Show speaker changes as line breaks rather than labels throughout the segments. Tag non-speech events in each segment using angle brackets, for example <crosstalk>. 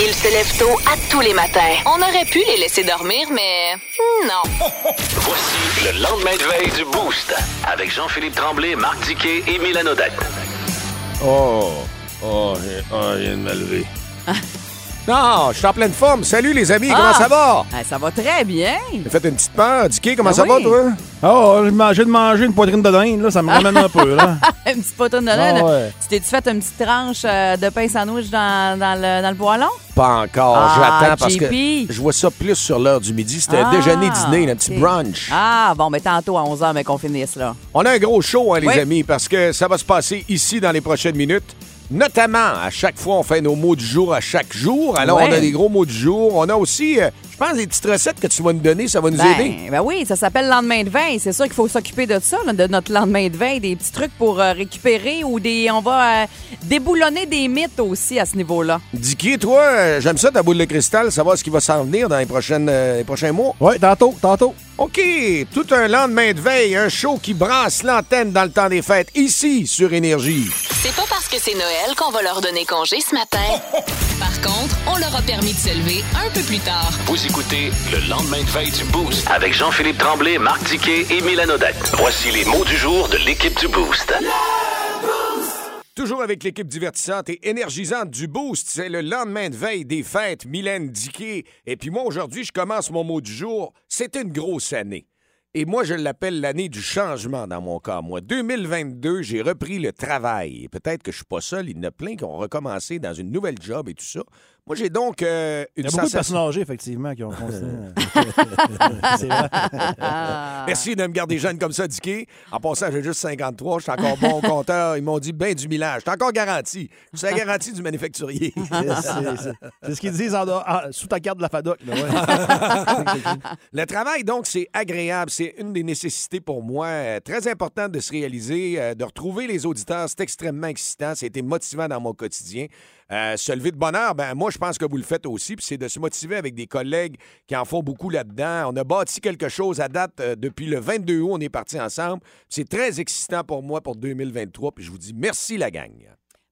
Ils se lèvent tôt à tous les matins. On aurait pu les laisser dormir, mais non.
Voici le lendemain de veille du Boost avec Jean-Philippe Tremblay, Marc Diquet et Milan Odette.
Oh, oh, j'ai oh, j'ai une malvée. <laughs> non, je suis en pleine forme. Salut les amis, comment
Ah!
ça va?
Ah, ça va très bien.
T'as fait une petite peur, Dicky, comment
Ben
ça va
oui.
toi?
Oh, j'ai mangé de manger une poitrine de dinde, là, ça me ramène un peu, là.
Une petite potonne de laine.
Ah ouais.
Tu t'es-tu fait une petite tranche euh, de pain sandwich dans, dans le, dans le poêlon?
<laughs> Pas encore,
Ah,
j'attends parce
JP.
que je vois ça plus sur l'heure du midi. C'était
Ah,
déjeuner-dîner, un petit
ok.
brunch.
Ah, bon, mais tantôt à 11h, mais qu'on finisse, là.
On a un gros show, hein, les
Oui.
amis, parce que ça va se passer ici dans les prochaines minutes. Notamment, à chaque fois, on fait nos mots du jour à chaque jour. Alors,
Ouais.
on a des gros mots du jour. On a aussi, euh, je pense, des petites recettes que tu vas nous donner. Ça va nous aider.
Ben, ben oui, ça s'appelle lendemain de veille. C'est sûr qu'il faut s'occuper de ça, là, de notre lendemain de veille, des petits trucs pour euh, récupérer ou des. On va euh, déboulonner des mythes aussi à ce niveau-là.
Dicky, toi, euh, j'aime ça ta boule de cristal, savoir ce qui va s'en venir dans les, prochaines, euh, les prochains mois.
Ouais, tantôt, tantôt.
OK, tout un lendemain de veille, un show qui brasse l'antenne dans le temps des fêtes, ici, sur Énergie.
C'est pas parce que c'est Noël qu'on va leur donner congé ce matin. Par contre, on leur a permis de se lever un peu plus tard.
Vous écoutez le lendemain de veille du Boost avec Jean-Philippe Tremblay, Marc Diquet et Milan Odette. Voici les mots du jour de l'équipe du Boost.
Toujours avec l'équipe divertissante et énergisante du Boost, c'est le lendemain de veille des fêtes, Mylène Diquet. Et puis moi, aujourd'hui, je commence mon mot du jour. C'est une grosse année. Et moi, je l'appelle l'année du changement dans mon cas. Moi, 2022, j'ai repris le travail. Et peut-être que je suis pas seul, il y en a plein qui ont recommencé dans une nouvelle job et tout ça. Moi, j'ai donc euh, une
Il y a beaucoup de
sensation-
personnes âgées, effectivement, qui ont continué. <laughs> C'est vrai.
Ah. Merci de me
<laughs>
garder jeune comme ça, Dicky. En passant, j'ai juste 53, je suis encore bon compteur. Ils m'ont dit ben du millage. Je suis encore garanti. Je
<laughs>
suis la garantie du manufacturier.
C'est- c'est- c'est- C'est ce qu'ils disent en- en- sous ta carte de la FADOC. là, ouais.
Le travail, donc, c'est agréable. C'est une des nécessités pour moi. Euh, très importante de se réaliser, euh, de retrouver les auditeurs. C'est extrêmement excitant. C'était motivant dans mon quotidien. Euh, se lever de bonheur, ben moi, je pense que vous le faites aussi. Puis c'est de se motiver avec des collègues qui en font beaucoup là-dedans. On a bâti quelque chose à date euh, depuis le 22 août. On est partis ensemble. C'est très excitant pour moi pour 2023. Puis je vous dis merci, la gang.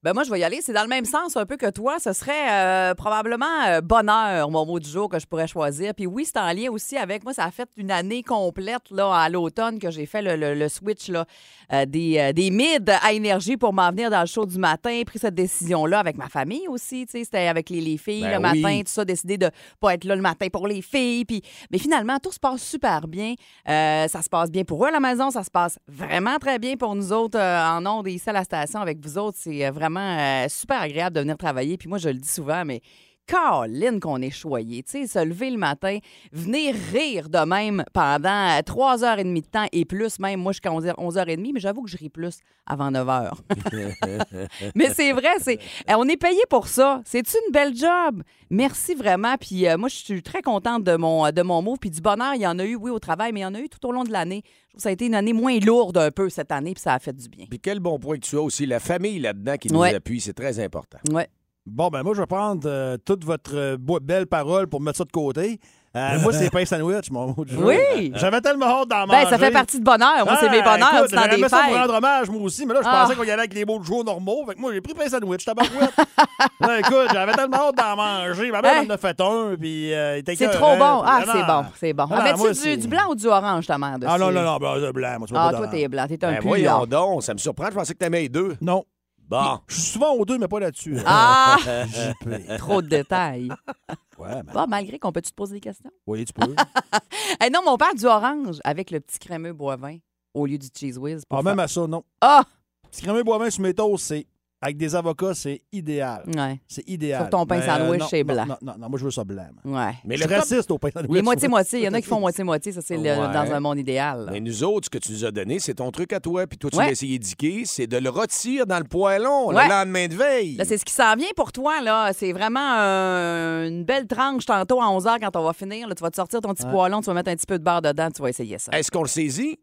Ben moi, je vais y aller. C'est dans le même sens un peu que toi. Ce serait euh, probablement euh, bonheur, mon mot du jour que je pourrais choisir. Puis oui, c'est en lien aussi avec moi. Ça a fait une année complète là, à l'automne que j'ai fait le, le- le switch là, euh, des, euh, des mids à énergie pour m'en venir dans le show du matin. Pris cette décision-là avec ma famille aussi. tu sais. C'était avec les, les filles
Ben
le
oui.
matin, tout ça, décider de pas être là le matin pour les filles. Puis, mais finalement, tout se passe super bien. Euh, ça se passe bien pour eux à la maison, ça se passe vraiment très bien pour nous autres euh, en ondes et ici à la station avec vous autres. C'est euh, vraiment euh, super agréable de venir travailler. Puis moi, je le dis souvent, mais Caroline qu'on est choyé, tu sais, se lever le matin, venir rire de même pendant euh, trois heures et demie de temps et plus même. Moi, jusqu'à 11 h 30 mais j'avoue que je ris plus avant 9 heures. Mais c'est vrai, c'est euh, on est payé pour ça. C'est une belle job. Merci vraiment. Puis euh, moi, je suis très contente de mon euh, de mon move. Puis du bonheur, il y en a eu, oui, au travail, mais il y en a eu tout au long de l'année. Je trouve que ça a été une année moins lourde un peu cette année, puis ça a fait du bien.
Puis quel bon point que tu as aussi. La famille là-dedans qui nous
Ouais.
appuie, c'est très important.
Ouais.
Bon, ben moi, je vais prendre euh, toute votre euh, bo- belle parole pour mettre ça de côté. Euh, moi, c'est pain sandwich, mon mot de jour.
Oui.
J'avais tellement hâte d'en manger. Ah,
Ben, ça fait partie de bonheur. Moi, c'est mes bonheurs
écoute,
c'est dans
j'aurais
des
aimé ça pour
fêtes.
rendre hommage, moi aussi, mais là, je
Ah.
pensais qu'on y allait avec les mots de jour normaux. Fait que moi, j'ai pris pain
<laughs>
sandwich, tabarouette. là, écoute, j'avais tellement hâte d'en manger. Ma mère
Hein?
elle en a fait un, puis euh, il était
C'est trop bon.
écœurant, puis
Ah,
non,
c'est
non.
bon, c'est bon.
Non,
Ah,
non, moi,
mets-tu
c'est-
du, du blanc ou du orange, ta mère, dessus?
Ah non, non, non, ben, c'est blanc. Moi, tu veux
Ah,
pas
toi,
d'orange.
t'es blanc. T'es un
Ben,
puant.
voyons donc, ça me surprend. Je pensais que t'aimais les deux.
Non.
Bon.
Je suis souvent aux deux, mais pas là-dessus. <laughs>
Ah!
JP.
Trop de détails.
Ouais, ben,
Bon, malgré qu'on peut-tu te poser des questions?
oui,
<laughs>
tu peux.
Eh non, mon père du orange avec le petit crémeux boivin au lieu du cheese whiz. pour
Ah, même
faire-
à ça, non.
Ah!
Petit crémeux boivin sur mes toasts, c'est. Avec des avocats, c'est idéal.
Ouais,
C'est
Mm.
idéal.
Sur ton pain
Mais, euh,
sandwich,
non,
c'est
non,
blanc.
Non, non, non, moi, je veux ça blanc. moi.
ouais.
Mais
je
le top-
raciste au pain sandwich.
Les moitié-moitié. Il y en a qui font moitié-moitié. Ça, c'est le-
Ouais.
dans un monde idéal. là.
Mais nous autres, ce que tu nous as donné, c'est ton truc à toi, puis toi, tu
Ouais.
l'as essayé d'Iquer, c'est de le rôtir dans le poêlon
Ouais.
le lendemain de veille.
Là, c'est ce qui s'en vient pour toi, là. C'est vraiment euh, une belle tranche tantôt à 11h quand on va finir. là. tu vas te sortir ton petit poêlon, tu vas mettre un petit peu de beurre dedans, tu vas essayer ça.
Est-ce qu'on le saisit?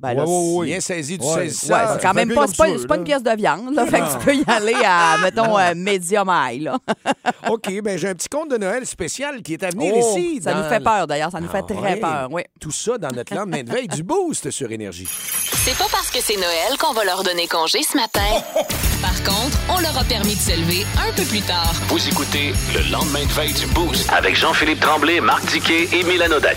Ben là,
Ouais, ouais, ouais.
Bien saisi du
Ouais.
c'est- ouais,
saisisseur.
c'est quand même
Fais
pas,
bien
c'est pas,
comme tu
c'est
veux,
pas
là.
une pièce de viande. Là, fait que tu peux y aller à, mettons, euh, medium high.
<laughs>
Là.
OK, ben j'ai un petit conte de Noël spécial qui est à venir
Oh,
ici.
ça
dans
nous fait peur, d'ailleurs. Ça nous fait
Ah,
très
ouais.
peur. Oui.
Tout ça dans notre lendemain de veille du boost sur Énergie.
C'est pas parce que c'est Noël qu'on va leur donner congé ce matin. Par contre, on leur a permis de se lever un peu plus tard.
Vous écoutez le lendemain de veille du Boost avec Jean-Philippe Tremblay, Marc Tiquet et Milan Odette.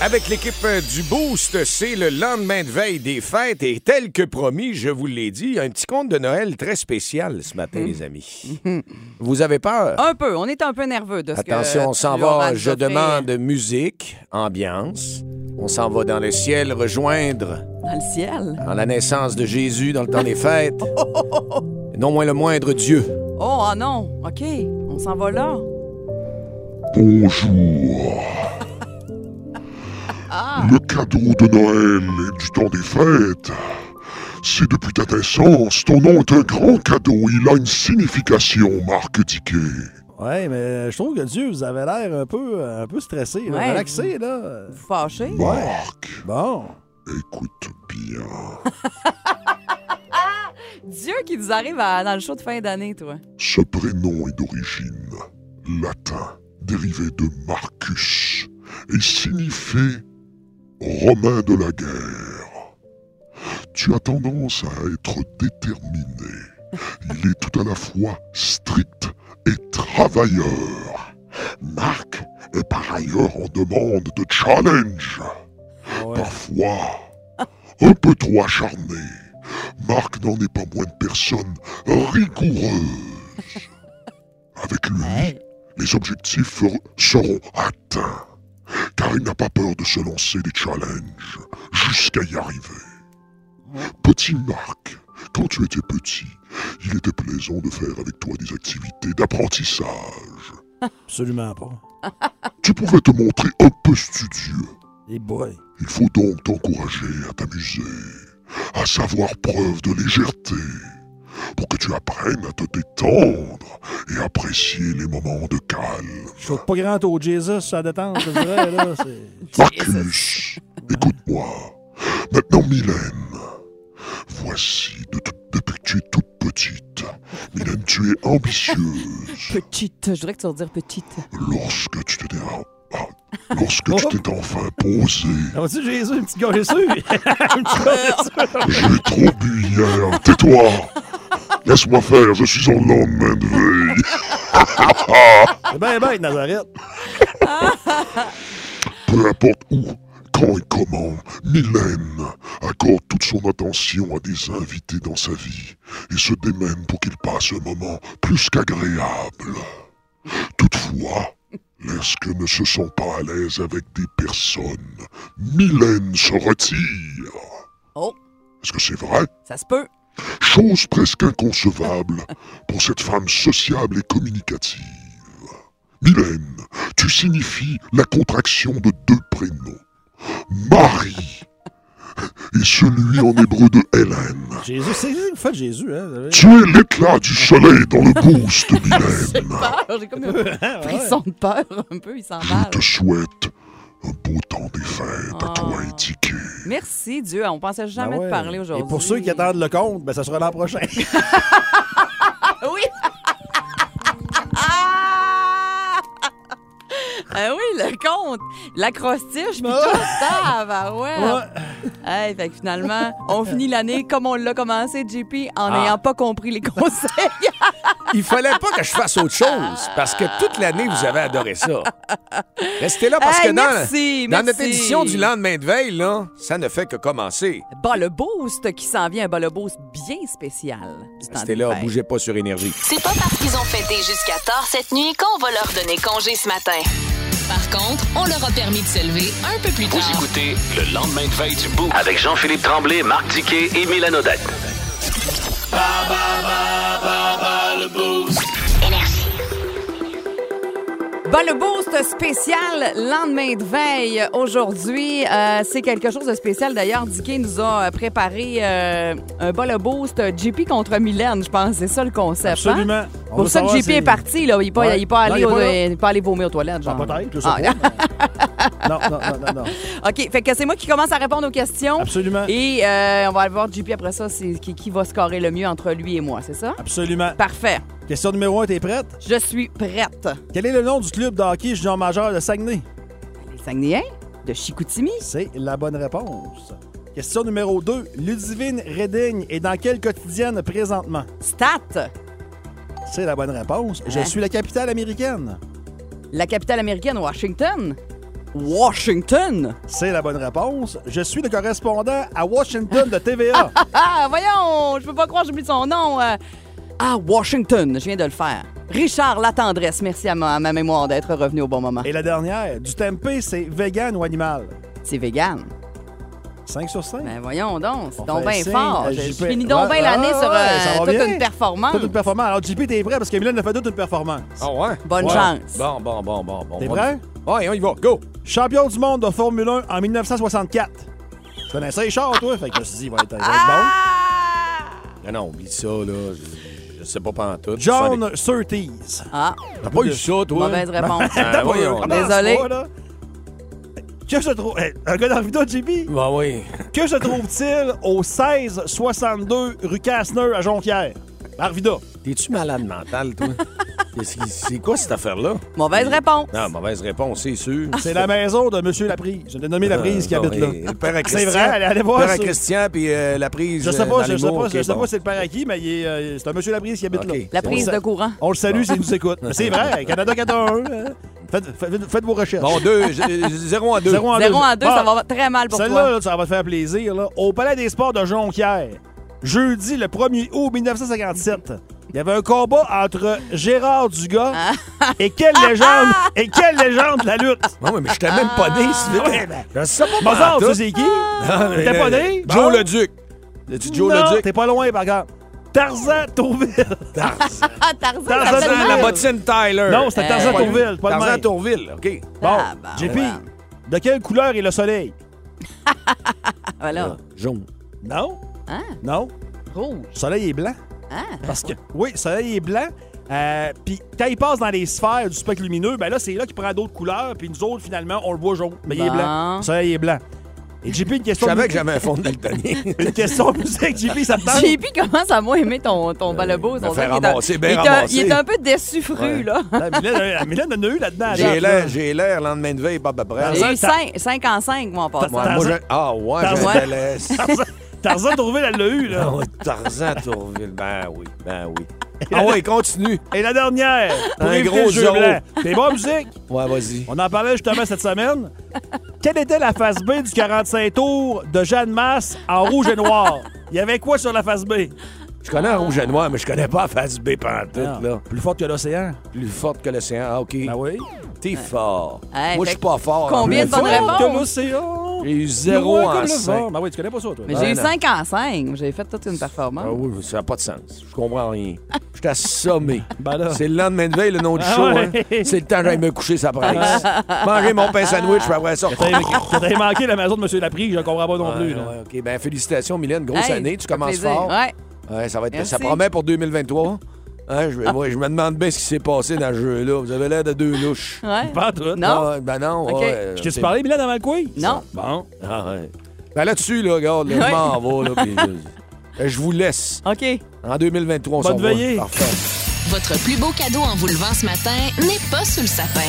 Avec l'équipe euh, du Boost, c'est le lendemain de veille des fêtes et tel que promis, je vous l'ai dit, un petit conte de Noël très spécial ce
Hum.
matin, les amis. Vous avez peur?
Un peu. On est un peu nerveux de ce que,
Attention, on
euh,
s'en
tu leur
va.
as
Je
offert.
demande musique, ambiance. On s'en va dans le ciel rejoindre
euh, Dans le ciel.
en la naissance de Jésus dans le
<laughs>
temps des fêtes. Non moins le moindre Dieu.
Oh, ah non. OK. On s'en va là.
Bonjour. Le cadeau de Noël et du temps des fêtes. Si depuis ta naissance, ton nom est un grand cadeau, il a une signification, Marc Tiquet.
Ouais, mais je trouve que Dieu, vous avez l'air un peu, euh, un peu stressé, là,
Ouais.
relaxé, là.
Vous fâchez?
Marc,
Bon.
écoute bien.
Dieu qui nous arrive à- dans le show de fin d'année, toi.
Ce prénom est d'origine latin, dérivé de Marcus, et signifie Romain de la guerre. Tu as tendance à être déterminé. Il est tout à la fois strict et travailleur. Marc est par ailleurs en demande de challenge.
Ouais.
Parfois, un peu trop acharné, Marc n'en est pas moins une personne rigoureuse. Avec lui, les objectifs fer- seront atteints, car il n'a pas peur de se lancer des challenges jusqu'à y arriver. Petit Marc, quand tu étais petit, il était plaisant de faire avec toi des activités d'apprentissage.
Absolument pas.
Tu pouvais te montrer un peu studieux.
Les boys.
Il faut donc t'encourager à t'amuser, à savoir preuve de légèreté, pour que tu apprennes à te détendre et apprécier les moments de calme.
Je trouve pas grand au Jesus, ça détente, je dirais, là.
<laughs>
c'est-
Marcus, écoute-moi. Maintenant, Mylène. Voici, de tout- depuis que tu es toute petite, Mylène, tu es ambitieuse.
<laughs> Petite. Je dirais que tu vas dire petite.
Lorsque tu t'étais... ah, Lorsque tu t'es enfin posée,
Ça va-tu, Jésus, <laughs> une petite gorgée sûre?
<laughs>
J'ai trop bu hier. Tais-toi. Laisse-moi faire, je suis en lendemain de veille.
C'est bien bête, Nazareth.
Peu importe où, quand et comment, Mylène accorde toute son attention à des invités dans sa vie et se démène pour qu'ils passent un moment plus qu'agréable. Toutefois, lorsque ne se sent pas à l'aise avec des personnes, Mylène se retire.
Oh.
Est-ce que c'est vrai?
Ça se peut. <laughs>
Chose presque inconcevable pour cette femme sociable et communicative. Mylène, tu signifies la contraction de deux prénoms. Marie et celui en hébreu de Hélène.
Jésus, c'est vous faites Jésus, hein? vous savez.
Tu es l'éclat du soleil dans le boost, Mylène.
Peur. J'ai
<laughs>
comme un frisson de peur un peu. Il s'emballe.
Je te souhaite un beau temps des fêtes à toi
Ah.
indiqué.
Merci, Dieu. On pensait
Ben
jamais
ouais.
te parler aujourd'hui.
Et pour ceux qui attendent le compte, ben ça sera l'an prochain.
Ah <laughs> oui! ah <laughs> Ah oui, le compte! L'acrostiche, puis tout ça, bah
<laughs>
ouais! Hey, fait que finalement, on finit l'année comme on l'a commencé, JP,
Ah.
en n'ayant pas compris les <laughs> conseils.
Il fallait pas que je fasse autre chose, parce que toute l'année, vous avez adoré ça. Restez là, parce
Hey,
que dans,
merci,
dans
merci.
notre édition du lendemain de veille, là, ça ne fait que commencer.
Bah, le boost qui s'en vient, bah, le boost bien spécial. du temps
Restez
des
là,
fêtes.
bougez pas sur Énergie.
C'est pas parce qu'ils ont fêté jusqu'à tard cette nuit qu'on va leur donner congé ce matin. Par contre, on leur a permis de se lever un peu plus
Vous
tard.
écoutez le lendemain de veille du Boost avec Jean-Philippe Tremblay, Marc Tiquet et Milan Odette.
Bon, le boost spécial lendemain de veille aujourd'hui. Euh, c'est quelque chose de spécial. D'ailleurs, Dicky nous a préparé euh, un bol le boost JP contre Mylène, je pense. C'est ça le concept. hein?
Absolument. On
Pour
veut
ça que
savoir
JP
si-
est parti. Là. Il n'est pas,
Ouais.
il est pas
Non,
allé
il est
au-
pas là.
il est pas allé vomir aux toilettes.
Ah,
Genre.
Peut-être, je sais
Ah,
pas.
<laughs>
Non, non, non, non, non.
OK, fait que c'est moi qui commence à répondre aux questions.
Absolument.
Et euh, on va aller voir JP après ça, c'est qui, qui va scorer le mieux entre lui et moi, c'est ça?
Absolument.
Parfait.
Question numéro 1, t'es prête?
Je suis prête.
Quel est le nom du club de hockey junior majeur de Saguenay?
Les Saguenayens de Chicoutimi.
C'est la bonne réponse. Question numéro 2. Ludivine Redding est dans quelle quotidienne présentement?
Stat,
C'est la bonne réponse. Je
Hein?
suis la capitale américaine.
la capitale américaine, Washington. Washington? <laughs>
C'est la bonne réponse. Je suis le correspondant à Washington
<laughs>
de TVA.
Ah, voyons, je peux pas croire, j'oublie son nom. euh. Ah, Washington, je viens de le faire. Richard Latendresse, merci à ma, à ma mémoire d'être revenu au bon moment.
Et la dernière, du tempeh, c'est vegan ou animal?
C'est vegan.
5 sur 5.
Ben voyons donc, c'est
On
donc
fait
bien
signe,
fort.
euh,
Je, je
JP.
finis donc
Ouais,
bien l'année
ouais,
sur
ouais, ça
euh,
va
toute
bien.
une performance.
Toute une performance. Alors, JP, t'es prêt parce que Mylène a fait toute une performance.
Ah ouais?
Bonne
Ouais.
chance.
Bon, bon, bon, bon, bon.
T'es
Bon.
prêt?
Ouais, on y va. Go!
Champion du monde de Formule 1 en 1964. Tu connaissais les chars, toi? Fait que je me suis dit, il va être, il va être
Ah!
bon.
Non, non, oublie ça, là. Je, je sais pas pantoute.
John Surtees.
Ah,
T'as pas eu ça, toi?
mauvaise
<laughs>
réponse.
Ben,
Ah, voyons.
Commence
Désolé.
pas, là. Que se trouve. Hey, un gars dans la vidéo, JP?
Ben oui.
Que se trouve-t-il au 1662 rue Cassner à Jonquière? Arvida.
T'es-tu malade mental,
<laughs>
toi? Qu'est-ce qui- C'est quoi cette affaire-là?
mauvaise réponse.
Non, mauvaise réponse, c'est sûr.
<laughs> C'est la maison de Monsieur Laprise. Je l'ai nommé Laprise qui
Euh,
habite
oui,
là.
Le père à Christian.
C'est vrai, allez, allez voir
Le père à
ça.
Christian, puis euh, la prise.
Je sais
euh, dans
pas, je sais
l'humour.
pas, je
Ok,
sais
bon.
pas c'est le père à qui, mais il est, euh, c'est un monsieur Laprise qui habite
Ok.
là.
La
On
prise
le sa-
de courant.
On le salue s'il
<laughs>
nous écoute. Mais c'est vrai, Canada 401. hein. Faites, faites- faites vos recherches.
Bon, deux, je- euh, zéro en deux.
Zéro en
0
deux.
en 2,
Bon,
ça va très mal pour
Celle-là,
toi.
là, ça va te faire plaisir. là. Au Palais des Sports de Jonquière, jeudi le 1er août 1957, il y avait un combat entre Gérard Dugas
Ah.
et
<laughs>
quelle légende, et quelle légende de la lutte.
Non, mais je t'ai même pas né, si
Ouais, ben,
Je sais pas.
Mozart,
pantoute.
tu sais qui?
Ah, mais
T'es
le-
pas né?
Joe
Bon.
le Duc. As-tu Joe
non,
le
t'es
Duc?
pas loin, par contre. Tarzan Tourville.
<laughs>
Ah, Tarzan, ça
Tarzan,
fait
la
La
mal.
bottine Tyler.
Non,
Euh,
c'était Tarzan Tourville, pas le
Euh, Tarzan
même.
Tourville, OK.
Bon,
Tabarnak.
JP, de quelle couleur est le soleil?
Voilà.
Jaune.
Non.
Hein?
Non.
Rouge.
Le soleil est blanc.
Ah.
Parce que, oui, le soleil est blanc. euh, puis quand il passe dans les sphères du spectre lumineux, ben là, c'est là qu'il prend d'autres couleurs. Puis nous autres, finalement, on le voit jaune. Mais il est
Bon.
blanc. Le soleil est blanc. Et JP, une
Je
question.
savais que
musique.
j'avais un fond de daltonien.
Une question musique, JP, ça te tente?
JP commence à moins aimer ton, ton balabo.
Euh, me
on
fait
dirait qu'il est un-
ramasser, bien
il est un-
ramasser.
Il est un peu déçu fru,
Ouais.
là.
Ah, Mylène, Mylène en a eu là-dedans.
J'ai
là.
l'air, j'ai l'air, lendemain de veille, Bob Abrel.
Ah, Tarzan,
J'ai eu
t'as-
5, en 5, moi, en passant.
Moi, moi, j'ai- Ah, ouais,
Tarzan.
j'ai laisse.
Tarzan, Tarzan Tourville, elle l'a eu, là.
Ah ouais, Tarzan Tourville. Ben oui, ben
<laughs>
oui. Ah ouais, continue.
Et la dernière, pour
Un
éviter
gros
le jeu
zéro.
blanc. T'es bon, musique?
Ouais, vas-y.
On en parlait justement cette semaine. Quelle était la face B du 45 tours de Jeanne Masse en rouge et noir? Il y avait quoi sur la face B?
Je connais un rouge et noir, mais je connais pas la face B pantoute, là.
Ah. Plus forte que l'océan.
Plus forte que l'océan. Ah, OK.
Ah oui. Ben,
T'es fort.
Hey,
Moi,
fait
je suis pas fort. en
combien
plus.
de bonnes
Fort.
réponses?
que l'océan.
J'ai eu zéro
Loin comme
en
le
cinq.
vent. Ben oui, tu connais pas ça, toi.
Mais
Ben,
j'ai eu
non.
5 en 5. J'ai fait toute une performance.
Ah oui, ça n'a pas de sens. Je comprends rien. Je suis assommé.
Ben là. Ah
C'est le lendemain de veille, le nom du show.
ouais.
hein. C'est le temps que j'aille me coucher, ça
<laughs>
presse. Manger mon pain sandwich, puis après ça.
T'avais t'avais manqué la maison de M. Laprie, je comprends pas non plus. là.
Ouais, OK. Ben, félicitations, Mylène. Grosse
Hey,
année. Tu
ça fait
commences
plaisir.
fort.
Ouais.
Ouais, ça, va être, ça
Merci. Ah.
promet pour 2023. Hein, je, moi, je me demande bien ce qui s'est passé dans ce jeu-là. Vous avez l'air de deux louches.
Ouais.
Pas toi.
Non.
Ah, ben non.
OK.
ouais,
Je t'ai
c'est-
parlé, Mylène, avant le quiz?
Non.
Bon.
Ah, ouais. Ben là-dessus, là, regarde, là, je
Ouais.
m'en vais. Là, puis, euh,
<laughs>
je vous laisse.
OK.
En 2023, on
Bonne
s'en va.
veillée.
Parfait.
Votre plus beau cadeau en vous levant ce matin n'est pas sous le sapin.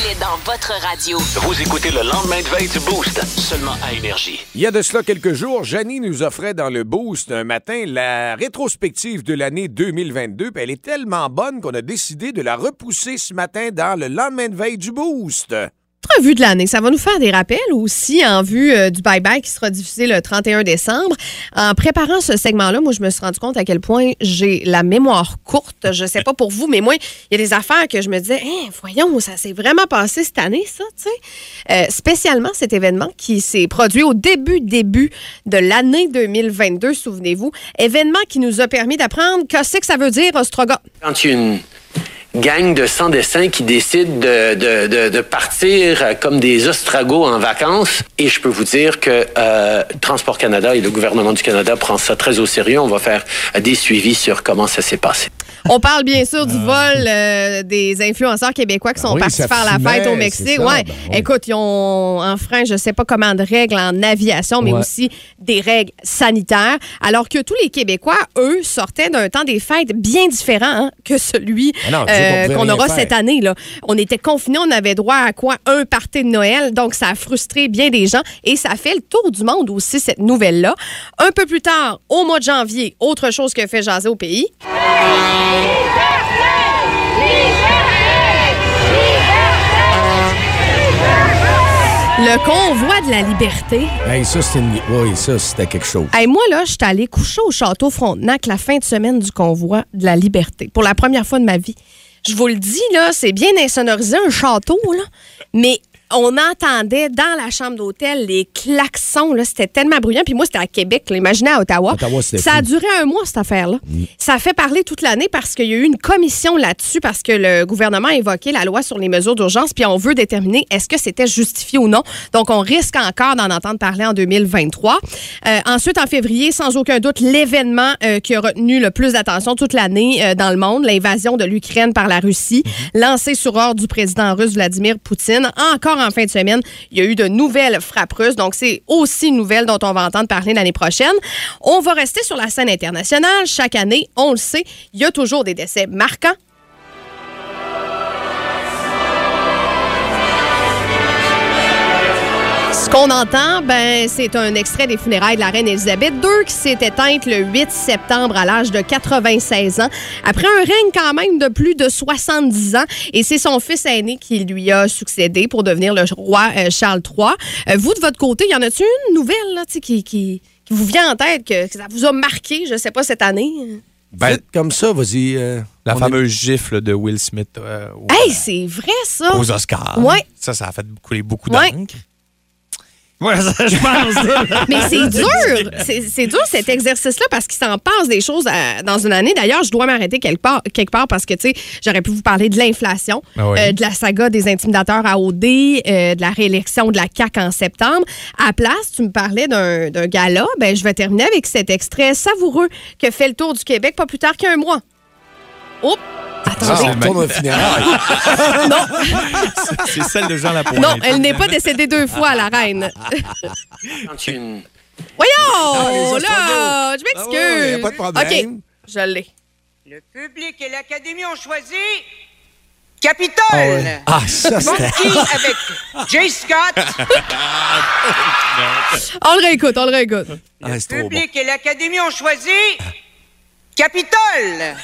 Il est dans votre radio.
Vous écoutez le lendemain de veille du Boost, seulement à Énergie.
Il y a de cela quelques jours, Janie nous offrait dans le Boost un matin la rétrospective de l'année 2022. Puis elle est tellement bonne qu'on a décidé de la repousser ce matin dans le lendemain de veille du Boost.
Notre revue de l'année, ça va nous faire des rappels aussi en vue euh, du bye-bye qui sera diffusé le 31 décembre. En préparant ce segment-là, moi, je me suis rendu compte à quel point j'ai la mémoire courte. Je sais pas pour vous, mais moi, il y a des affaires que je me disais, Hein, voyons, ça s'est vraiment passé cette année, ça, tu sais. Euh, spécialement cet événement qui s'est produit au début, début de l'année 2022, souvenez-vous. Événement qui nous a permis d'apprendre que c'est que ça veut dire, Ostrogoth.
Quand une gang de sans-dessin qui décident de, de- de- de partir euh, comme des ostragos en vacances. Et je peux vous dire que euh, Transport Canada et le gouvernement du Canada prend ça très au sérieux. On va faire euh, des suivis sur comment ça s'est passé.
On parle bien sûr du vol euh, des influenceurs québécois qui
Ben
sont
Ah. oui,
partis
ça
faire la
fumait,
fête au
c'est
Mexique.
ça,
ouais.
ben oui.
Écoute, ils ont enfreint je sais pas comment de règles en aviation, mais
Ouais.
aussi des règles sanitaires. Alors que tous les Québécois, eux, sortaient d'un temps des fêtes bien différent hein, que celui
Mais non, c'est
euh,
qu'on pouvait
qu'on
rien
aura
faire.
cette année. Là. On était confinés, on avait droit à quoi? Un party de Noël. Donc, ça a frustré bien des gens et ça a fait le tour du monde aussi, cette nouvelle-là. Un peu plus tard, au mois de janvier, autre chose qui a fait jaser au pays. Le convoi de la liberté.
Hey, ça, c'était une- oui, ça, c'était quelque chose.
Hey, moi, là, j'étais allée coucher au château Frontenac la fin de semaine du convoi de la liberté. Pour la première fois de ma vie. Je vous le dis, là, c'est bien insonorisé, un château, là. Mais on entendait dans la chambre d'hôtel les klaxons, là. C'était tellement bruyant. Puis moi, c'était à Québec, là. Imaginez à Ottawa.
Ottawa, c'était
Ça a
fou. Mm.
duré un mois, cette affaire-là. Ça a fait parler toute l'année parce qu'il y a eu une commission là-dessus, parce que le gouvernement a évoqué la loi sur les mesures d'urgence, puis on veut déterminer est-ce que c'était justifié ou non. Donc, on risque encore d'en entendre parler en 2023. Euh, ensuite, en février, sans aucun doute, l'événement euh, qui a retenu le plus d'attention toute l'année euh, dans le monde, l'invasion de l'Ukraine par la Russie, lancée sur ordre du président russe Vladimir Poutine. Encore en fin de semaine, il y a eu de nouvelles frappes russes. Donc, c'est aussi une nouvelle dont on va entendre parler l'année prochaine. On va rester sur la scène internationale. Chaque année, on le sait, il y a toujours des décès marquants. Ce qu'on entend, ben, c'est un extrait des funérailles de la reine Elisabeth II qui s'est éteinte le 8 septembre à l'âge de 96 ans, après un règne quand même de plus de 70 ans. Et c'est son fils aîné qui lui a succédé pour devenir le roi euh, Charles III. Euh, vous, de votre côté, y en a-t-il une nouvelle là, tu sais, qui, qui, qui vous vient en tête, que, que ça vous a marqué, je sais pas, cette année?
Ben,
Vite comme ça, vas-y. euh,
la
on
fameuse gifle de Will Smith euh, au-
Hey, c'est vrai, ça!
aux Oscars.
Ouais.
Ça, ça a fait couler beaucoup
Ouais.
d'encre.
Ouais, ça, je pense.
Mais c'est dur, c'est c'est dur cet exercice-là parce qu'il s'en passe des choses euh, dans une année. D'ailleurs, je dois m'arrêter quelque part, quelque part parce que tu sais, j'aurais pu vous parler de l'inflation,
Ah oui.
euh, de la saga des intimidateurs à OD, euh, de la réélection de la CAC en septembre. À place, tu me parlais d'un d'un gala, ben je vais terminer avec cet extrait savoureux que fait le tour du Québec pas plus tard qu'un mois. Oh,
Ah,
attendez.
on tourne un funérail.
<laughs> C'est celle de Jean Lapointe.
Non, elle n'est pas décédée deux fois, la reine.
Quand une-
Voyons!
Ah, les
Là,
astrobos.
je
Ah ouais, y
m'excuse.
a pas de problème.
OK, je l'ai.
Le public et l'académie ont choisi Capitole.
Ah, ça, Ah, c'était.
Monkey
<laughs>
avec Jay Scott.
On le réécoute, on le réécoute.
Ah, c'est
Le
trop bon.
public et l'académie ont choisi Capitole.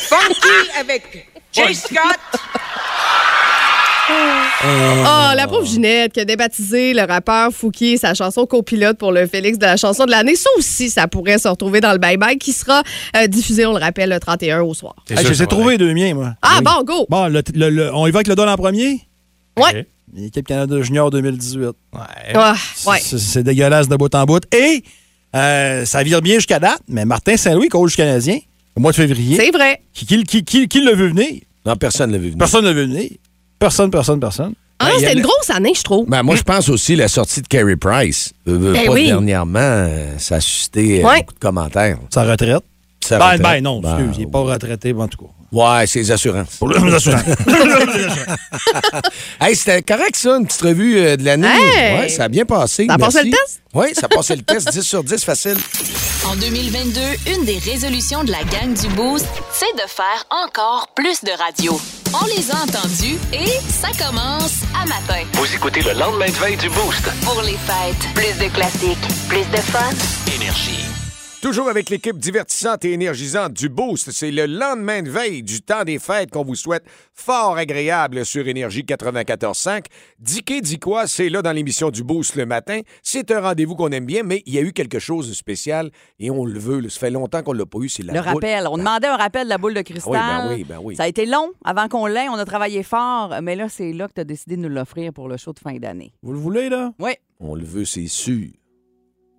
Funky avec Jay Scott.
Ah.
Oh, la pauvre Ginette qui a débaptisé le rappeur Fouki et sa chanson copilote pour le Félix de la chanson de l'année. Ça aussi, ça pourrait se retrouver dans le Bye Bye qui sera euh, diffusé, on le rappelle, le 31 au soir.
Eh
C'est
Hey,
sûr que
je les
ça
ai
va
trouvés, deux miens, moi.
Ah, bon, go!
Bon, le- le- le- on y va avec le don en premier?
Ouais.
L'équipe Canada Junior 2018.
eh,
être. Ouais.
Ah, ouais.
C'est- C'est dégueulasse de bout en bout. Et euh, ça vire bien jusqu'à date, mais Martin Saint-Louis, coach canadien, au mois de février,
C'est vrai.
qui, qui, qui, qui- qui le veut venir?
Non, personne ne l'a vu venir.
Personne ne le veut venir. Personne, personne, personne.
Ah,
Ben, y a
c'était une
le-
grosse année, je trouve.
Ben, moi, je pense aussi la sortie de Carey Price. Euh, euh,
Ben
pas
oui.
dernièrement, euh, ça a suscité euh,
Ouais.
beaucoup de commentaires.
Sa retraite.
Sa
ben,
retraite.
ben, non,
Ben,
excuse, il n'est pas retraité, mais en tout cas.
Ouais, c'est les
<laughs>
assurances. <laughs>
Pour les assurances.
Hey, c'était correct, ça, une petite revue euh, de l'année.
Hey!
Ouais, ça a bien passé.
Ça a passé
Merci.
le test?
Oui, ça a passé le test. <laughs> 10 sur 10, facile.
En 2022, une des résolutions de la gang du Boost, c'est de faire encore plus de radio. On les a entendus et ça commence à matin.
Vous écoutez le lendemain de veille du Boost.
Pour les fêtes, plus de classiques, plus de fun.
Énergie.
Toujours avec l'équipe divertissante et énergisante du Boost, c'est le lendemain de veille du temps des fêtes qu'on vous souhaite fort agréable sur Énergie 94.5. Dicky dit quoi, c'est là dans l'émission du Boost le matin. C'est un rendez-vous qu'on aime bien, mais il y a eu quelque chose de spécial et on le veut. là. Ça fait longtemps qu'on l'a pas eu, c'est la
Le
boule-
rappel. On demandait un rappel de la boule de cristal.
Ah oui, ben oui, ben oui.
Ça a été long avant qu'on l'ait. On a travaillé fort. Mais là, c'est là que tu as décidé de nous l'offrir pour le show de fin d'année.
Vous le voulez, là?
Oui.
On le veut, c'est sûr.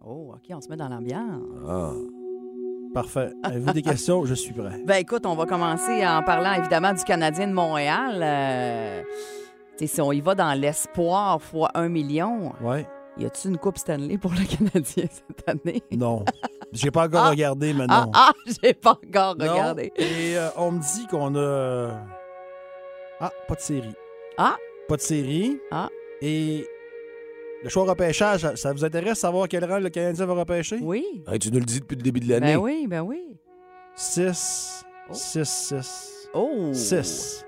Oh, OK, on se met dans l'ambiance.
Ah.
Parfait. Avez-vous des questions? Je suis prêt.
Ben écoute, on va commencer en parlant évidemment du Canadien de Montréal. Euh, tu sais, si on y va dans l'espoir fois un million,
Ouais.
y a-tu une Coupe Stanley pour le <laughs> Canadien cette année?
Non. J'ai pas encore regardé,
Ah,
maintenant.
ah, j'ai pas encore
Non.
regardé.
Et euh, on me dit qu'on a. euh, Ah, pas de série.
Ah.
Pas de série.
Ah.
Et le choix au repêchage, ça, ça vous intéresse de savoir quel rang le Canadien va repêcher?
Oui.
Hey, tu nous le dis depuis le début de l'année.
Ben oui, ben oui.
6.
Oh.
6, 6.
Oh!
6.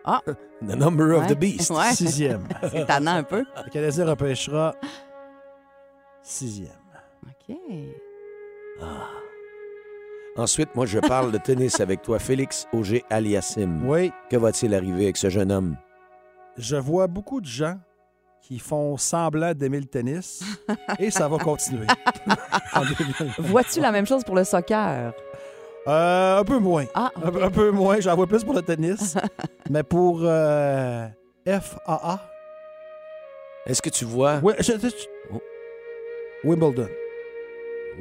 The number of
Ouais.
the beast. <laughs>
Ouais. <laughs>
Sixième.
C'est tannant un peu.
le Canadien repêchera sixième.
OK.
Ensuite, moi, je parle de tennis avec toi, Félix Auger Aliassim.
Oui,
Que va-t-il arriver avec ce jeune homme?
je vois beaucoup de gens qui font semblant d'aimer
<laughs>
le tennis et ça va continuer. En 2020.
Vois-tu la même chose pour le soccer?
Euh, un peu moins.
Ah,
Un, un peu moins, j'en vois plus pour le tennis. mais pour euh, FAA.
Est-ce que tu vois.
Oui, je- je- je-
Oh.
Wimbledon.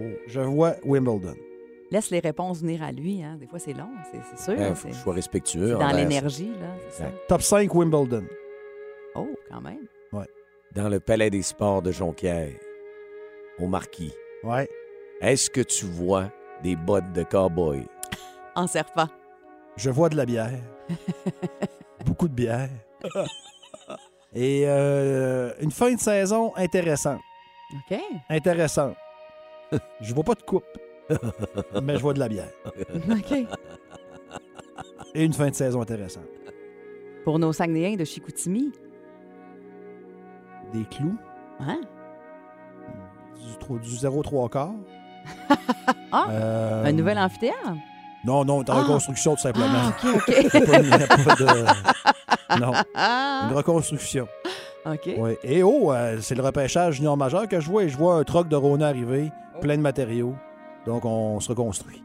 Oh.
Je vois Wimbledon.
laisse les réponses venir à lui. Hein. Des fois, c'est long, c'est c'est sûr.
Ben, faut
c'est
que je
c'est
sois respectueux.
dans
envers-
l'énergie, là. c'est ça.
Top 5 Wimbledon.
Oh, quand même.
Dans le palais des sports de Jonquière, au Marquis.
Ouais.
Est-ce que tu vois des bottes de cowboy?
En serpent.
Je vois de la bière. Beaucoup de bière. <laughs> Et euh, une fin de saison intéressante.
<laughs>
OK.
Intéressante. Je vois pas de coupe, <laughs> mais je vois de la bière.
OK.
Et une fin de saison intéressante.
Pour nos Saguenayens de Chicoutimi,
Des clous,
hein?
du, tro- du 0,3 quart.
<laughs> Ah!
Euh,
un nouvel amphithéâtre?
Non, non, t'es en
Ah.
reconstruction, tout simplement.
Ah, OK,
<laughs>
OK.
Il n'y a pas
<laughs>
de... Non, une
ah,
reconstruction.
OK.
Oui. Et oh, euh, c'est le repêchage junior majeur que je vois. Et je vois un troc de Rona arriver,
Oh.
plein de matériaux. Donc, on se reconstruit.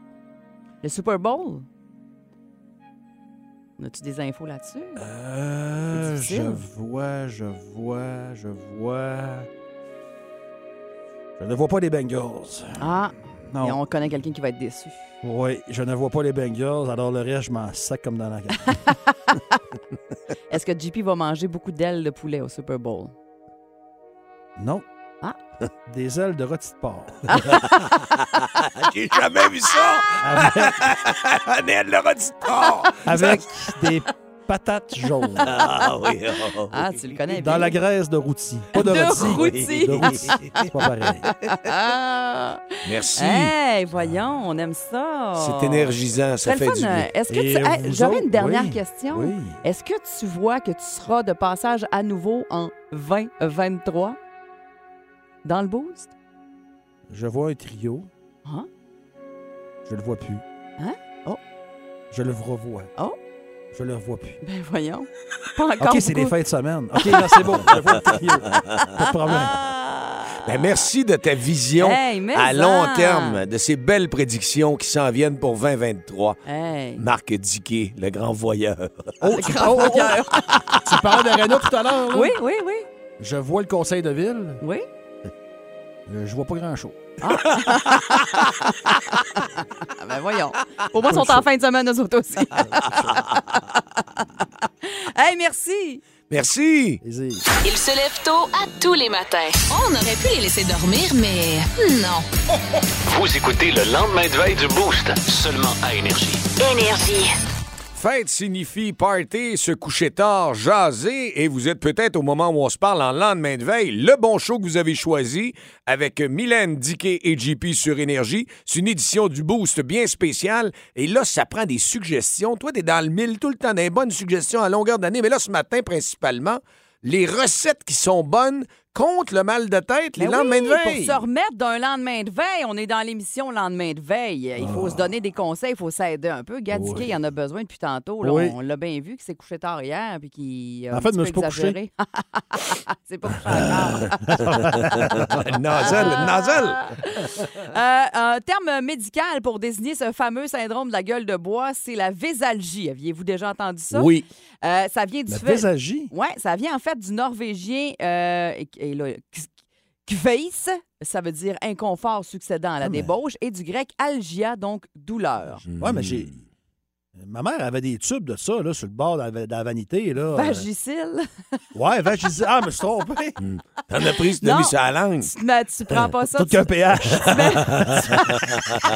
Le Super Bowl? As-tu des infos là-dessus?
Euh,
C'est
je
difficile.
vois, je vois, je vois... Je ne vois pas les Bengals.
Ah,
Non.
et on connaît quelqu'un qui va être déçu.
Oui, je ne vois pas les Bengals. Alors, le reste, je m'en sac comme dans la gueule.
Est-ce que JP va manger beaucoup d'ailes de poulet au Super Bowl?
non.
Ah.
<laughs> Des ailes de rôti de
<laughs>
porc.
Ah, J'ai jamais vu ça!
Ah! <laughs>
Avec-
Annelle le reditor!
avec des patates jaunes.
Ah oui! oh,
Ah,
oui.
tu le connais
Dans
bien.
la graisse de rôti. Pas de,
De
rôti.
rôti.
De rôti.
<laughs>
C'est pas pareil.
Ah!
Merci!
Hey, voyons, on aime ça.
C'est énergisant, ça
C'est
fait
le fun. euh,
du bien.
Est-ce que
Et
tu- hey,
vous
J'aurais
autres,
une dernière
oui,
question.
Oui.
Est-ce que tu vois que tu seras de passage à nouveau en 2023 dans le boost?
Je vois un trio.
Hein?
Je le vois plus.
Hein? Oh.
Je le revois.
Oh.
Je le revois plus.
Ben voyons. Pas encore.
OK, c'est
beaucoup.
les fins
<laughs>
de semaine. OK, non, c'est bon. Je vois le trio. Pas de problème.
Ah!
Ben, merci de ta vision
Hey, mais
à
en.
long terme de ces belles prédictions qui s'en viennent pour 2023.
Hey.
Marc Diquet, le grand voyeur.
Oh, tu, oh, oh, oh. Tu parlais d'Arena tout à l'heure. là.
Oui, oui, oui,
Je vois le conseil de ville.
oui.
Euh, Je vois pas grand-chose.
Ah ben voyons. Au moins, ils sont en fin de semaine, nous autres aussi. <laughs> hey, merci.
Merci!
Easy.
Ils se lèvent tôt à tous les matins. On aurait pu les laisser dormir, mais non.
Vous écoutez le lendemain de veille du Boost, seulement à Énergie.
Énergie.
Fête signifie party, se coucher tard, jaser, et vous êtes peut-être au moment où on se parle en lendemain de veille. Le bon show que vous avez choisi avec Mylène Diquet et JP sur Énergie. C'est une édition du Boost bien spéciale. Et là, ça prend des suggestions. Toi, t'es dans le mille tout le temps, des bonnes suggestions à longueur d'année. Mais là, ce matin, principalement, les recettes qui sont bonnes contre le mal de tête les
Ben
lendemains
oui,
de veille.
Pour se remettre d'un lendemain de veille, on est dans l'émission lendemain de veille. Il faut se donner des conseils, il faut s'aider un peu. Gadiquet, il en a besoin depuis tantôt. là.
Oui.
On l'a bien vu qu'il s'est couché tard hier puis qu'il a
En
un
fait,
petit
je me
peu
suis pas couché.
exagéré. <laughs> C'est pas couché
<laughs>
encore.
Nozzle,
Ah.
nozzle.
Euh, un terme médical pour désigner ce fameux syndrome de la gueule de bois, c'est la vésalgie. Aviez-vous déjà entendu ça?
Oui.
Euh, ça vient du
La
fait...
visagie.
Ouais, ça vient en fait du norvégien euh, et- et là, Kveis, ça veut dire inconfort succédant à la
Ah, mais-
débauche, et du grec algia, donc douleur.
Ouais, mais j'ai. Ma mère avait des tubes de ça, là, sur le bord de la, de la vanité, là.
Vagicile? <laughs>
Euh, Ouais, vagicile. Ah, je me suis trompé.
T'en as pris, tu
Non.
l'as mis sur la langue.
Tu, te mets- tu prends pas ça,
Tout
tu,
qu'un pH. <laughs>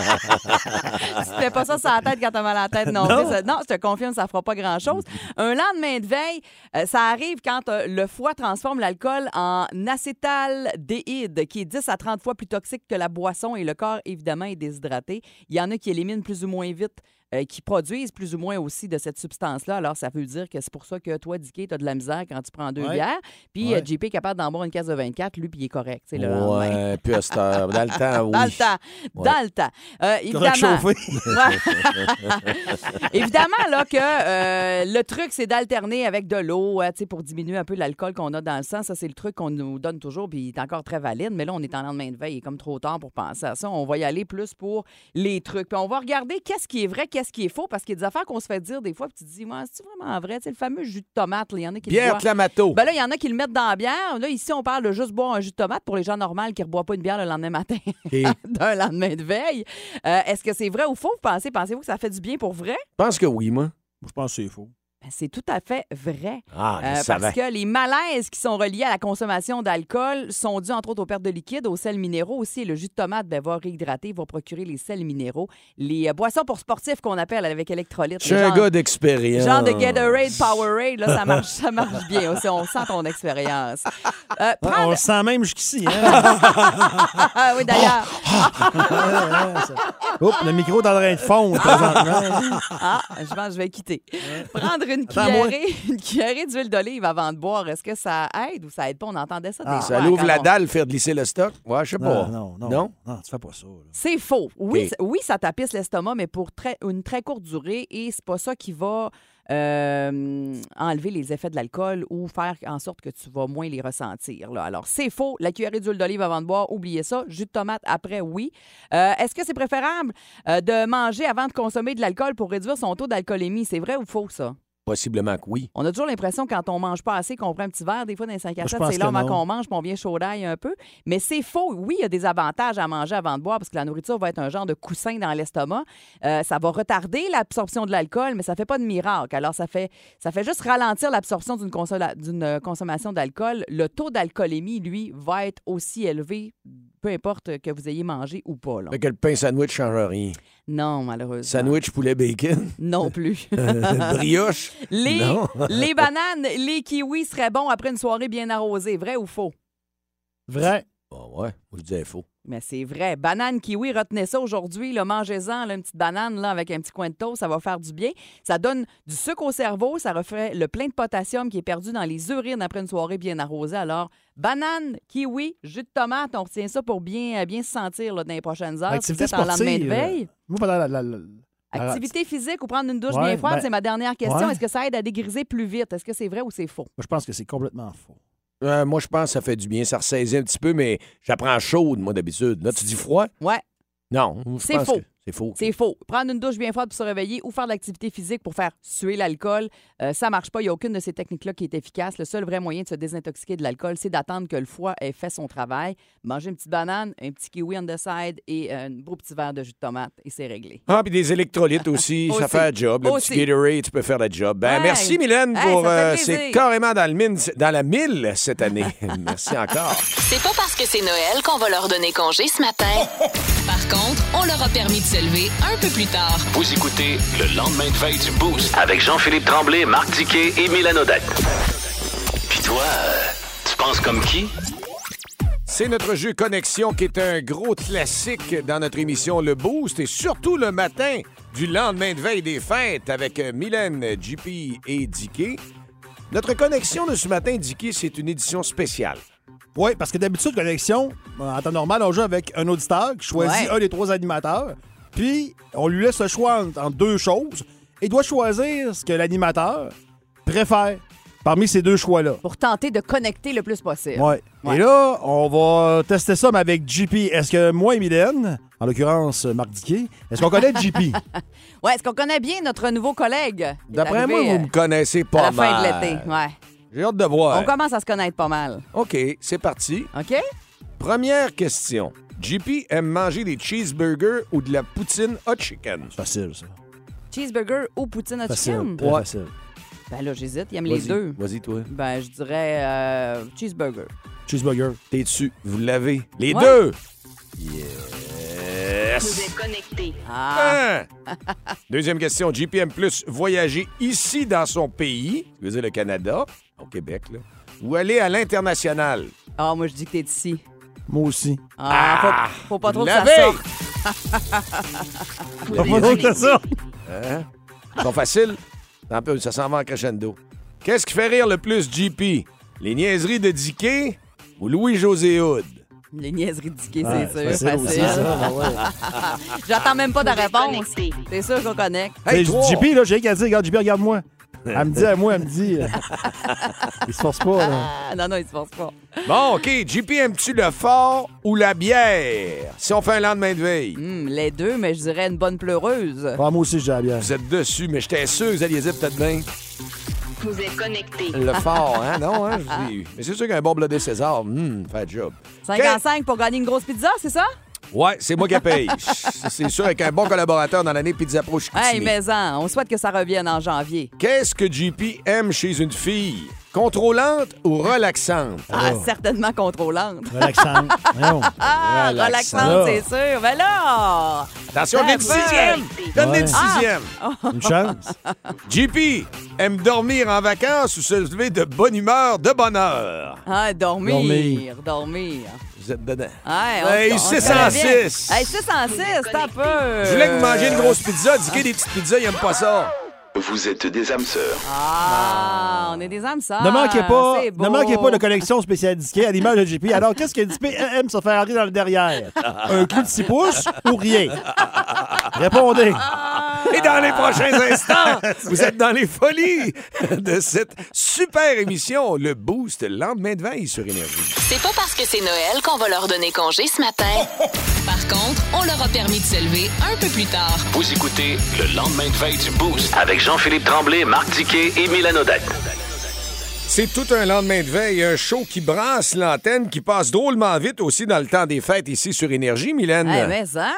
tu te fais pas ça sur la tête quand t'as mal à la tête. Non,
Non.
C'est ça. non je te confirme, ça fera pas grand-chose. Un lendemain de veille, euh, ça arrive quand euh, le foie transforme l'alcool en acétaldéhyde, qui est 10 à 30 fois plus toxique que la boisson, et le corps, évidemment, est déshydraté. Il y en a qui éliminent plus ou moins vite, euh, qui produisent plus ou moins aussi de cette substance-là. Alors, ça veut dire que c'est pour ça que toi, Dicky, t'as de la misère quand tu prends deux
Ouais.
bières. Puis,
Ouais.
euh, JP est capable d'en boire une case de 24, lui, puis il est correct. tu sais, le lendemain.
Ouais, puis à cette heure, dans le
<laughs>
temps, oui.
Dans le temps.
Ouais.
Dans le temps. Euh,
Correct
évidemment.
<laughs>
chauffé.
Ouais. <laughs> évidemment, là, que euh, le truc, c'est d'alterner avec de l'eau, euh, tu sais, pour diminuer un peu l'alcool qu'on a dans le sang. Ça, c'est le truc qu'on nous donne toujours, puis il est encore très valide. Mais là, on est en lendemain de veille. Il est comme trop tard pour penser à ça. On va y aller plus pour les trucs. Puis on va regarder qu'est-ce qui est vrai, qu'est-ce qui est faux, parce qu'il y a des affaires qu'on se fait dire des fois, puis tu te dis, moi, c'est vraiment vrai? C'est le fameux jus de tomate, là. il y en a qui le
Pierre
boivent.
Clamato.
Ben là, il y en a qui le mettent dans la bière. Là, ici, on parle de juste boire un jus de tomate pour les gens normaux qui ne reboivent pas une bière le lendemain matin <laughs> d'un lendemain de veille. Euh, Est-ce que c'est vrai ou faux? Vous pensez, pensez-vous que ça fait du bien pour vrai?
Je pense que oui, moi.
Je pense que c'est faux.
Ben, c'est tout à fait vrai.
Ah,
Euh,
je
parce
savais.
que les malaises qui sont reliés à la consommation d'alcool sont dus entre autres aux pertes de liquide, aux sels minéraux aussi. Et Le jus de tomate ben, va réhydrater, va procurer les sels minéraux. Les euh, boissons pour sportifs qu'on appelle avec électrolytes.
Je Oh. suis
le
un
genre-
gars d'expérience. Ah,
Genre de Gatorade, Powerade, là, ça marche,
<laughs>
ça marche bien. aussi. on sent ton expérience. Euh,
On
prendre-
le sent même jusqu'ici. Hein?
<laughs> Ah oui, d'ailleurs.
Oh,
Oups, le micro est en train de fondre présentement.
Ah, je pense que je vais quitter. Prendre une
Attends-moi.
cuillerée, une cuillerée d'huile d'olive avant de boire, est-ce que ça aide ou ça aide pas? On entendait ça des
Ah.
fois
Ça l'ouvre
quand
la
on-
dalle, faire glisser le stock. Ouais, je sais pas.
Non, non, non.
Non?
tu fais pas ça. là.
C'est faux. Oui,
Ok.
ça- oui, ça tapisse l'estomac, mais pour très- une très courte durée et c'est pas ça qui va euh, enlever les effets de l'alcool ou faire en sorte que tu vas moins les ressentir. là. Alors, c'est faux. La cuillerée d'huile d'olive avant de boire, oubliez ça. Jus de tomate après, oui. Euh, Est-ce que c'est préférable euh, de manger avant de consommer de l'alcool pour réduire son taux d'alcoolémie? C'est vrai ou faux, ça?
Possiblement que oui.
On a toujours l'impression, quand on mange pas assez, qu'on prend un petit verre, des fois, dans les 5 à
Moi, je
7,
pense
c'est là
que non.
qu'on mange, puis on vient chaud d'ail un peu. Mais c'est faux. Oui, il y a des avantages à manger avant de boire, parce que la nourriture va être un genre de coussin dans l'estomac. Euh, ça va retarder l'absorption de l'alcool, mais ça fait pas de miracle. Alors, ça fait, ça fait juste ralentir l'absorption d'une consola- d'une, euh, consommation d'alcool. Le taux d'alcoolémie, lui, va être aussi élevé, peu importe que vous ayez mangé ou pas. là.
Fait que le pain sandwich change rien.
Non, malheureusement.
Sandwich poulet
<laughs>
bacon, <laughs>
Non plus.
brioche.
Les,
Non.
les bananes, les kiwis seraient bons après une soirée bien arrosée. Vrai ou faux?
Vrai.
Bon, Ah, ouais, moi je disais faux.
Mais c'est vrai. Banane, kiwi, retenez ça aujourd'hui. là. Mangez-en là, une petite banane là, avec un petit coin de toast, ça va faire du bien. Ça donne du sucre au cerveau, ça refait le plein de potassium qui est perdu dans les urines après une soirée bien arrosée. Alors, banane, kiwi, jus de tomate, on retient ça pour bien, euh, bien se sentir là, dans les prochaines heures.
Activité
C'est en lendemain de
Ben, sportive. euh,
veille.
Moi, pendant la- la- la- la-
Activité physique ou prendre une douche
Ouais,
bien froide,
ben,
c'est ma dernière question.
ouais.
Est-ce que ça aide à dégriser plus vite? Est-ce que c'est vrai ou c'est faux?
Moi, je pense que c'est complètement faux.
Euh, moi, je pense que ça fait du bien. Ça ressaisit un petit peu, mais j'apprends chaude, moi, d'habitude. Là, tu dis froid?
Ouais.
Non. je
C'est
pense
faux.
que C'est faux.
C'est faux. Prendre une douche bien froide pour se réveiller ou faire de l'activité physique pour faire suer l'alcool, euh, ça marche pas. Il n'y a aucune de ces techniques-là qui est efficace. Le seul vrai moyen de se désintoxiquer de l'alcool, c'est d'attendre que le foie ait fait son travail. Manger une petite banane, un petit kiwi on the side et euh, un beau petit verre de jus de tomate et c'est réglé.
Ah, puis des électrolytes
<laughs>
aussi, ça
Aussi.
fait un job. Le
Aussi.
petit Gatorade, tu peux faire le job. Ben,
Hey.
merci, Mylène,
Hey,
pour.
ça fait
euh, c'est
plaisir.
carrément dans, le mine, dans la mille cette année. <laughs> merci encore.
C'est pas parce que c'est Noël qu'on va leur donner congé ce matin. Par contre, on leur a permis de se lever un peu plus tard.
Vous écoutez le lendemain de veille du Boost avec Jean-Philippe Tremblay, Marc Tiquet et Milan Odette. Puis toi, euh, tu penses comme qui?
C'est notre jeu Connexion qui est un gros classique dans notre émission Le Boost et surtout le matin du lendemain de veille des fêtes avec euh, Mylène, JP et Dicky. Notre connexion de ce matin, Dicky, c'est une édition spéciale.
Oui, parce que d'habitude, connexion, en temps normal, on joue avec un auditeur qui choisit
Ouais.
un des trois animateurs. Puis, on lui laisse le choix entre, entre deux choses. Il doit choisir ce que l'animateur préfère parmi ces deux choix-là.
Pour tenter de connecter le plus possible.
Ouais.
Ouais.
Et là, on va tester ça, mais avec JP. Est-ce que moi et Mylène, en l'occurrence Marc Diquet, est-ce qu'on connaît
<laughs>
JP?
Ouais, est-ce qu'on connaît bien notre nouveau collègue? qui est
D'après moi,
arrivé,
vous me connaissez
euh,
pas
à la fin de
mal.
l'été. Ouais.
J'ai hâte de voir.
On commence à se connaître pas mal.
OK, c'est parti.
OK?
Première question. JP aime manger des cheeseburgers ou de la poutine hot chicken?
Facile, ça.
Cheeseburger ou poutine à
Facile.
chicken?
Très facile.
Ben là, j'hésite. Il aime les
Vas-y,
deux.
Vas-y, toi.
Ben, je dirais euh, cheeseburger.
Cheeseburger.
T'es dessus. Vous l'avez. Les
Ouais.
deux.
Vous êtes connectés.
Ah,
Hein? <laughs> Deuxième question. JPM Plus, voyager ici dans son pays, je veux dire le Canada, au Québec, là, ou aller à l'international.
Ah, moi, je dis que t'es d'ici.
Moi aussi.
Ah, faut, faut pas trop que ça
Lavé!
sorte.
Pas drôle que ça.
C'est Pas facile. Tant pis, ça s'en va en crescendo. Qu'est-ce qui fait rire le plus JP? Les niaiseries de Dicky ou Louis-José Hood?
Les niaiseries de Dicky,
Ouais,
c'est sûr.
facile aussi,
Facile.
ça. Ouais.
J'attends même pas de
Vous êtes
réponse.
connectés.
C'est sûr qu'on connecte.
Hey,
trois.
JP, là, j'ai rien qu'à dire. Regarde, JP, regarde-moi. Elle me dit à moi, elle me dit.
<laughs>
euh, Il se force pas, là.
Ah, non, non, ils se pensent pas.
Bon, OK. JP, aimes-tu le fort ou la bière? Si on fait un lendemain de veille.
Hum, les deux, mais je dirais une bonne pleureuse.
Ah, moi aussi, j'ai la bière.
Vous êtes dessus, mais j'étais sûr que vous alliez dire peut-être bien
Vous êtes connectés.
le fort, hein? Non, hein? Je vous dis. Mais c'est sûr qu'un bon bleu de César, hum, fait job.
55 pour gagner une grosse pizza, c'est ça?
Ouais, c'est moi qui la paye. c'est sûr, avec un bon collaborateur dans l'année Pizza Pro Chicoutimi.
Hey, mais-en, on souhaite que ça revienne en janvier.
Qu'est-ce que JP aime chez une fille? Contrôlante ou relaxante?
Ah, certainement contrôlante.
Relaxante. Voyons.
Ah,
Relaxant.
relaxante, c'est sûr. Mais là!
Attention, on est le
Ah, ben.
sixième! Donne-les le
Ouais.
sixième!
Une chance.
JP aime dormir en vacances ou se lever de bonne humeur, de bonne heure?
Ah, dormir, dormir.
Dormir.
Vous êtes dedans.
Ouais,
Hey,
on- on
606.
connaît bien. Hey, 606, t'as peu.
Je voulais que vous mangiez une grosse pizza. Diquez des petites pizzas, il aime pas ça.
Vous êtes des âmes sœurs.
Ah, on est des âmes sœurs.
Ne manquez pas,
c'est
ne
beau. Eh,
manquez pas de collection spéciale disquée à l'image de JP. Alors, qu'est-ce que JP aime se faire arriver dans le derrière? Un clou de 6 pouces ou rien? Répondez.
Et dans les <laughs> prochains instants, vous êtes dans les folies de cette super émission, le Boost, lendemain de veille sur Énergie.
C'est pas parce que c'est Noël qu'on va leur donner congé ce matin. Par contre, on leur a permis de se lever un peu plus tard.
Vous écoutez le lendemain de veille du Boost avec Jean-Philippe Tremblay, Marc Diquet et Milan Odette.
C'est tout un lendemain de veille, un show qui brasse l'antenne, qui passe drôlement vite aussi dans le temps des fêtes ici sur Énergie, Mylène.
Hey, mais ça.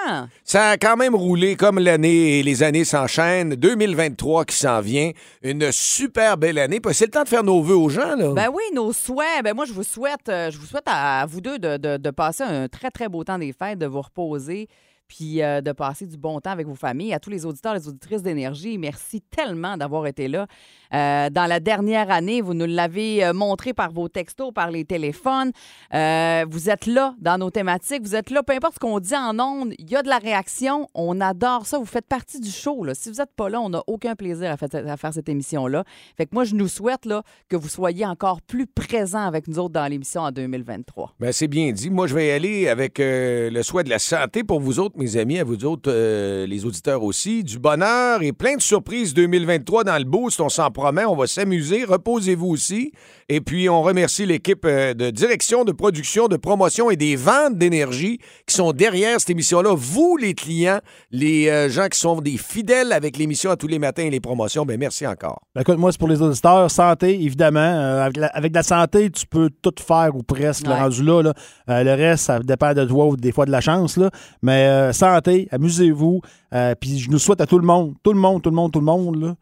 Ça a quand même roulé comme l'année et les années s'enchaînent. 2023 qui s'en vient, une super belle année. Puis C'est le temps de faire nos vœux aux gens, là.
Ben oui, nos souhaits. Ben moi, je vous souhaite, euh, je vous souhaite à, à vous deux de, de- de passer un très, très beau temps des fêtes, de vous reposer, puis euh, de passer du bon temps avec vos familles. À tous les auditeurs, les auditrices d'énergie, merci tellement d'avoir été là. Euh, dans la dernière année, vous nous l'avez euh, montré par vos textos, par les téléphones. Euh, vous êtes là dans nos thématiques. Vous êtes là, peu importe ce qu'on dit en ondes, il y a de la réaction. On adore ça. Vous faites partie du show. Là. Si vous n'êtes pas là, on n'a aucun plaisir à, fait- à faire cette émission-là. Fait que moi, je nous souhaite là, que vous soyez encore plus présents avec nous autres dans l'émission en 2023.
Ben, c'est bien dit. Moi, je vais y aller avec euh, le souhait de la santé pour vous autres, mes amis, à vous autres, euh, les auditeurs aussi. Du bonheur et plein de surprises 2023 dans le boost. On s'en promet. On va s'amuser. Reposez-vous aussi. Et puis, on remercie l'équipe euh, de direction, de production, de promotion et des ventes d'énergie qui sont derrière cette émission-là. Vous, les clients, les euh, gens qui sont des fidèles avec l'émission à tous les matins et les promotions, ben merci encore.
Ben, écoute, moi, c'est pour les auditeurs. Santé, évidemment. Euh, avec, la, avec de la santé, tu peux tout faire ou presque, le
Ouais.
rendu là. là. Euh, le reste, ça dépend de toi ou des fois de la chance. Là. Mais euh, santé, amusez-vous. Euh, Puis je nous souhaite à tout le monde, tout le monde, tout le monde, tout le monde, là,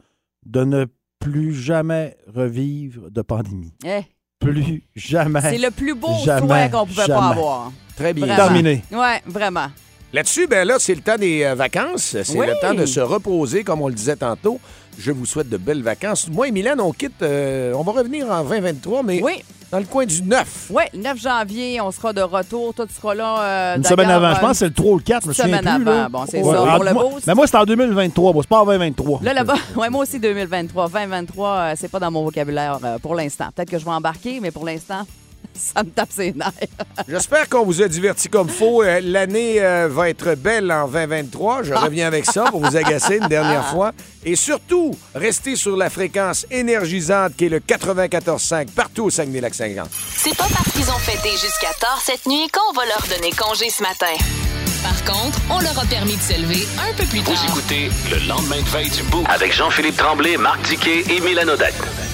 de ne plus jamais revivre de pandémie.
Eh,
Plus
c'est
jamais.
le plus beau
Jamais,
souhait qu'on pouvait pas
jamais.
avoir.
Très bien.
Vraiment.
Terminé.
Ouais, vraiment.
Là-dessus, ben là, c'est le temps des euh, vacances. C'est
Oui.
le temps de se reposer, comme on le disait tantôt. Je vous souhaite de belles vacances. Moi et Mylène, on quitte. euh, on va revenir en 2023, mais
Oui,
dans le coin du 9.
oui, le 9 janvier, on sera de retour. Toi, tu seras là. euh,
Une semaine
d'ailleurs,
avant, je
euh,
pense, que c'est le 3 ou le 4. Je me
Semaine
souviens plus,
avant.
là. Ah,
Bon, c'est ça, pour le
moi-
boost.
Mais moi, c'est en 2023. Bon, c'est pas en 2023.
Là, là-bas, <laughs> ouais, moi aussi 2023. 2023, euh, c'est pas dans mon vocabulaire euh, pour l'instant. Peut-être que je vais embarquer, mais pour l'instant, <laughs> ça me tape ses nerfs.
J'espère qu'on vous a diverti comme faut. Euh, L'année euh, va être belle en 2023.
Ah.
Je reviens avec ça pour vous agacer une dernière fois. Et surtout, restez sur la fréquence énergisante qui est le 94.5 partout au Saguenay-Lac-Saint-Jean.
C'est pas parce qu'ils ont fêté jusqu'à tard cette nuit qu'on va leur donner congé ce matin. Par contre, on leur a permis de se lever un peu plus
Vous
tard.
écoutez le lendemain de veille du Boost avec Jean-Philippe Tremblay, Marc Diquet et Milan Odette.